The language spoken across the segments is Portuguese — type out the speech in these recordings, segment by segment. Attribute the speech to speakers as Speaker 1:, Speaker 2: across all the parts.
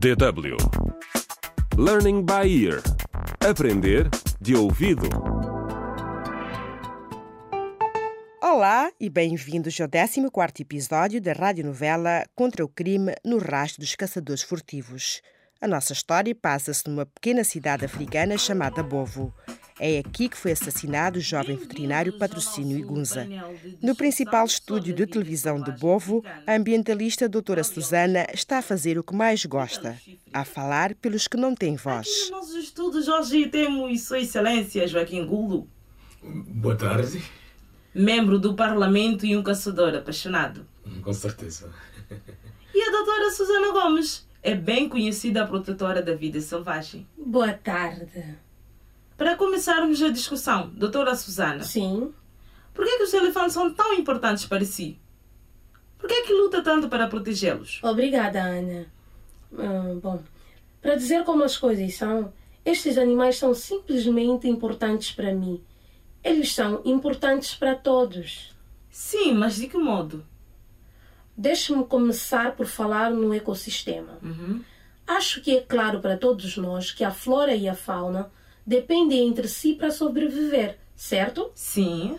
Speaker 1: DW Learning by Ear Aprender de ouvido
Speaker 2: Olá e bem-vindos ao 14º episódio da radionovela Contra o Crime no Rastro dos Caçadores Furtivos. A nossa história passa-se numa pequena cidade africana chamada Bovo. É aqui que foi assassinado o jovem veterinário Patrocínio Igunza. No principal estúdio de televisão de Bovo, a ambientalista doutora Susana está a fazer o que mais gosta, a falar pelos que não têm
Speaker 3: Aqui
Speaker 2: voz.
Speaker 3: nos nossos estudos hoje temos Sua Excelência Joaquim Gulo,
Speaker 4: Boa tarde,
Speaker 3: membro do Parlamento e um caçador apaixonado.
Speaker 4: Hum, com certeza.
Speaker 3: E a doutora Susana Gomes, é bem conhecida protetora da vida selvagem.
Speaker 5: Boa tarde.
Speaker 3: Para começarmos a discussão, doutora Susana,
Speaker 5: Sim.
Speaker 3: por que, é que os elefantes são tão importantes para si? Por que, é que luta tanto para protegê-los?
Speaker 5: Obrigada, Ana. Ah, bom, para dizer como as coisas são, estes animais são simplesmente importantes para mim. Eles são importantes para todos.
Speaker 3: Sim, mas de que modo?
Speaker 5: Deixe-me começar por falar no ecossistema.
Speaker 3: Uhum.
Speaker 5: Acho que é claro para todos nós que a flora e a fauna dependem entre si para sobreviver, certo?
Speaker 3: Sim,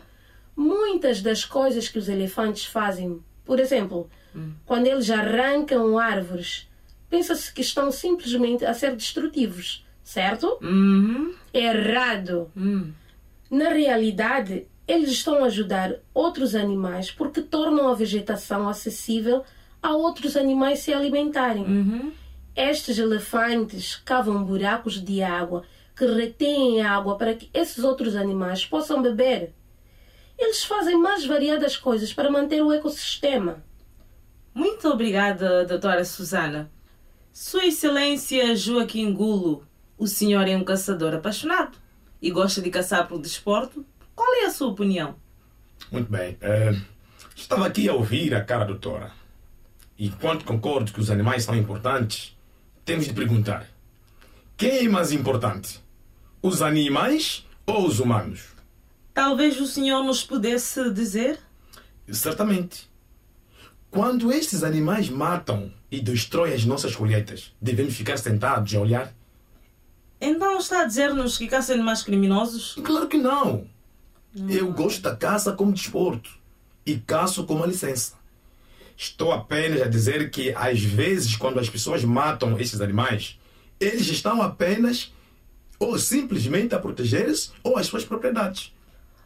Speaker 5: Muitas das coisas que os elefantes fazem, por exemplo, quando eles arrancam árvores, pensa-se que estão simplesmente a ser destrutivos, certo? É
Speaker 3: uhum.
Speaker 5: Errado!
Speaker 3: Hum.
Speaker 5: Na realidade, eles estão a ajudar outros animais porque tornam a vegetação acessível a outros animais se alimentarem.
Speaker 3: Uhum.
Speaker 5: Estes elefantes cavam buracos de água que retêm água para que esses outros animais possam beber. Eles fazem mais variadas coisas para manter o ecossistema.
Speaker 3: Muito obrigada, doutora Susana. Sua Excelência Joaquim Gulo, o senhor é um caçador apaixonado e gosta de caçar pelo desporto. Qual é a sua opinião?
Speaker 4: Muito bem. eh, estava aqui a ouvir a cara doutora. E quando concordo que os animais são importantes, temos de perguntar: quem é mais importante? Os animais ou os humanos?
Speaker 3: Talvez o senhor nos pudesse dizer?
Speaker 4: Certamente. Quando estes animais matam e destroem as nossas colheitas, devemos ficar sentados a olhar?
Speaker 3: Então está a dizer-nos que caça animais criminosos?
Speaker 4: Claro que não. Eu gosto da caça como desporto e caço com uma licença. Estou apenas a dizer que, às vezes, quando as pessoas matam esses animais, eles estão apenas ou simplesmente a proteger-se ou as suas propriedades.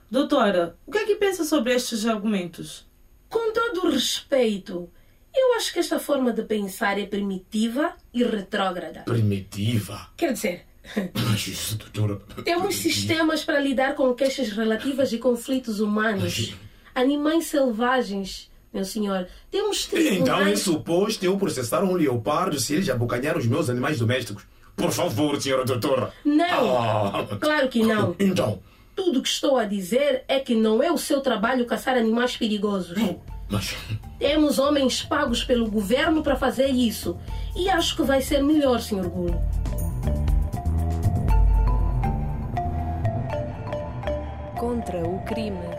Speaker 3: Doutora, o que é que pensa sobre estes argumentos?
Speaker 5: Com todo o respeito, eu acho que esta forma de pensar é primitiva e retrógrada.
Speaker 4: Primitiva.
Speaker 5: Quer dizer,
Speaker 4: Mas isso, doutora.
Speaker 5: temos sistemas para lidar com queixas relativas e conflitos humanos. Animais selvagens, meu senhor. Temos tribunais...
Speaker 4: Então é suposto eu processar um leopardo se eles abocanharam os meus animais domésticos. Por favor, senhora doutora.
Speaker 5: Não.
Speaker 4: Ah.
Speaker 5: Claro que não.
Speaker 4: Então.
Speaker 5: Tudo que estou a dizer é que não é o seu trabalho caçar animais perigosos.
Speaker 4: Mas.
Speaker 5: Temos homens pagos pelo governo para fazer isso. E acho que vai ser melhor, Sr. Gulo.
Speaker 6: Contra o crime.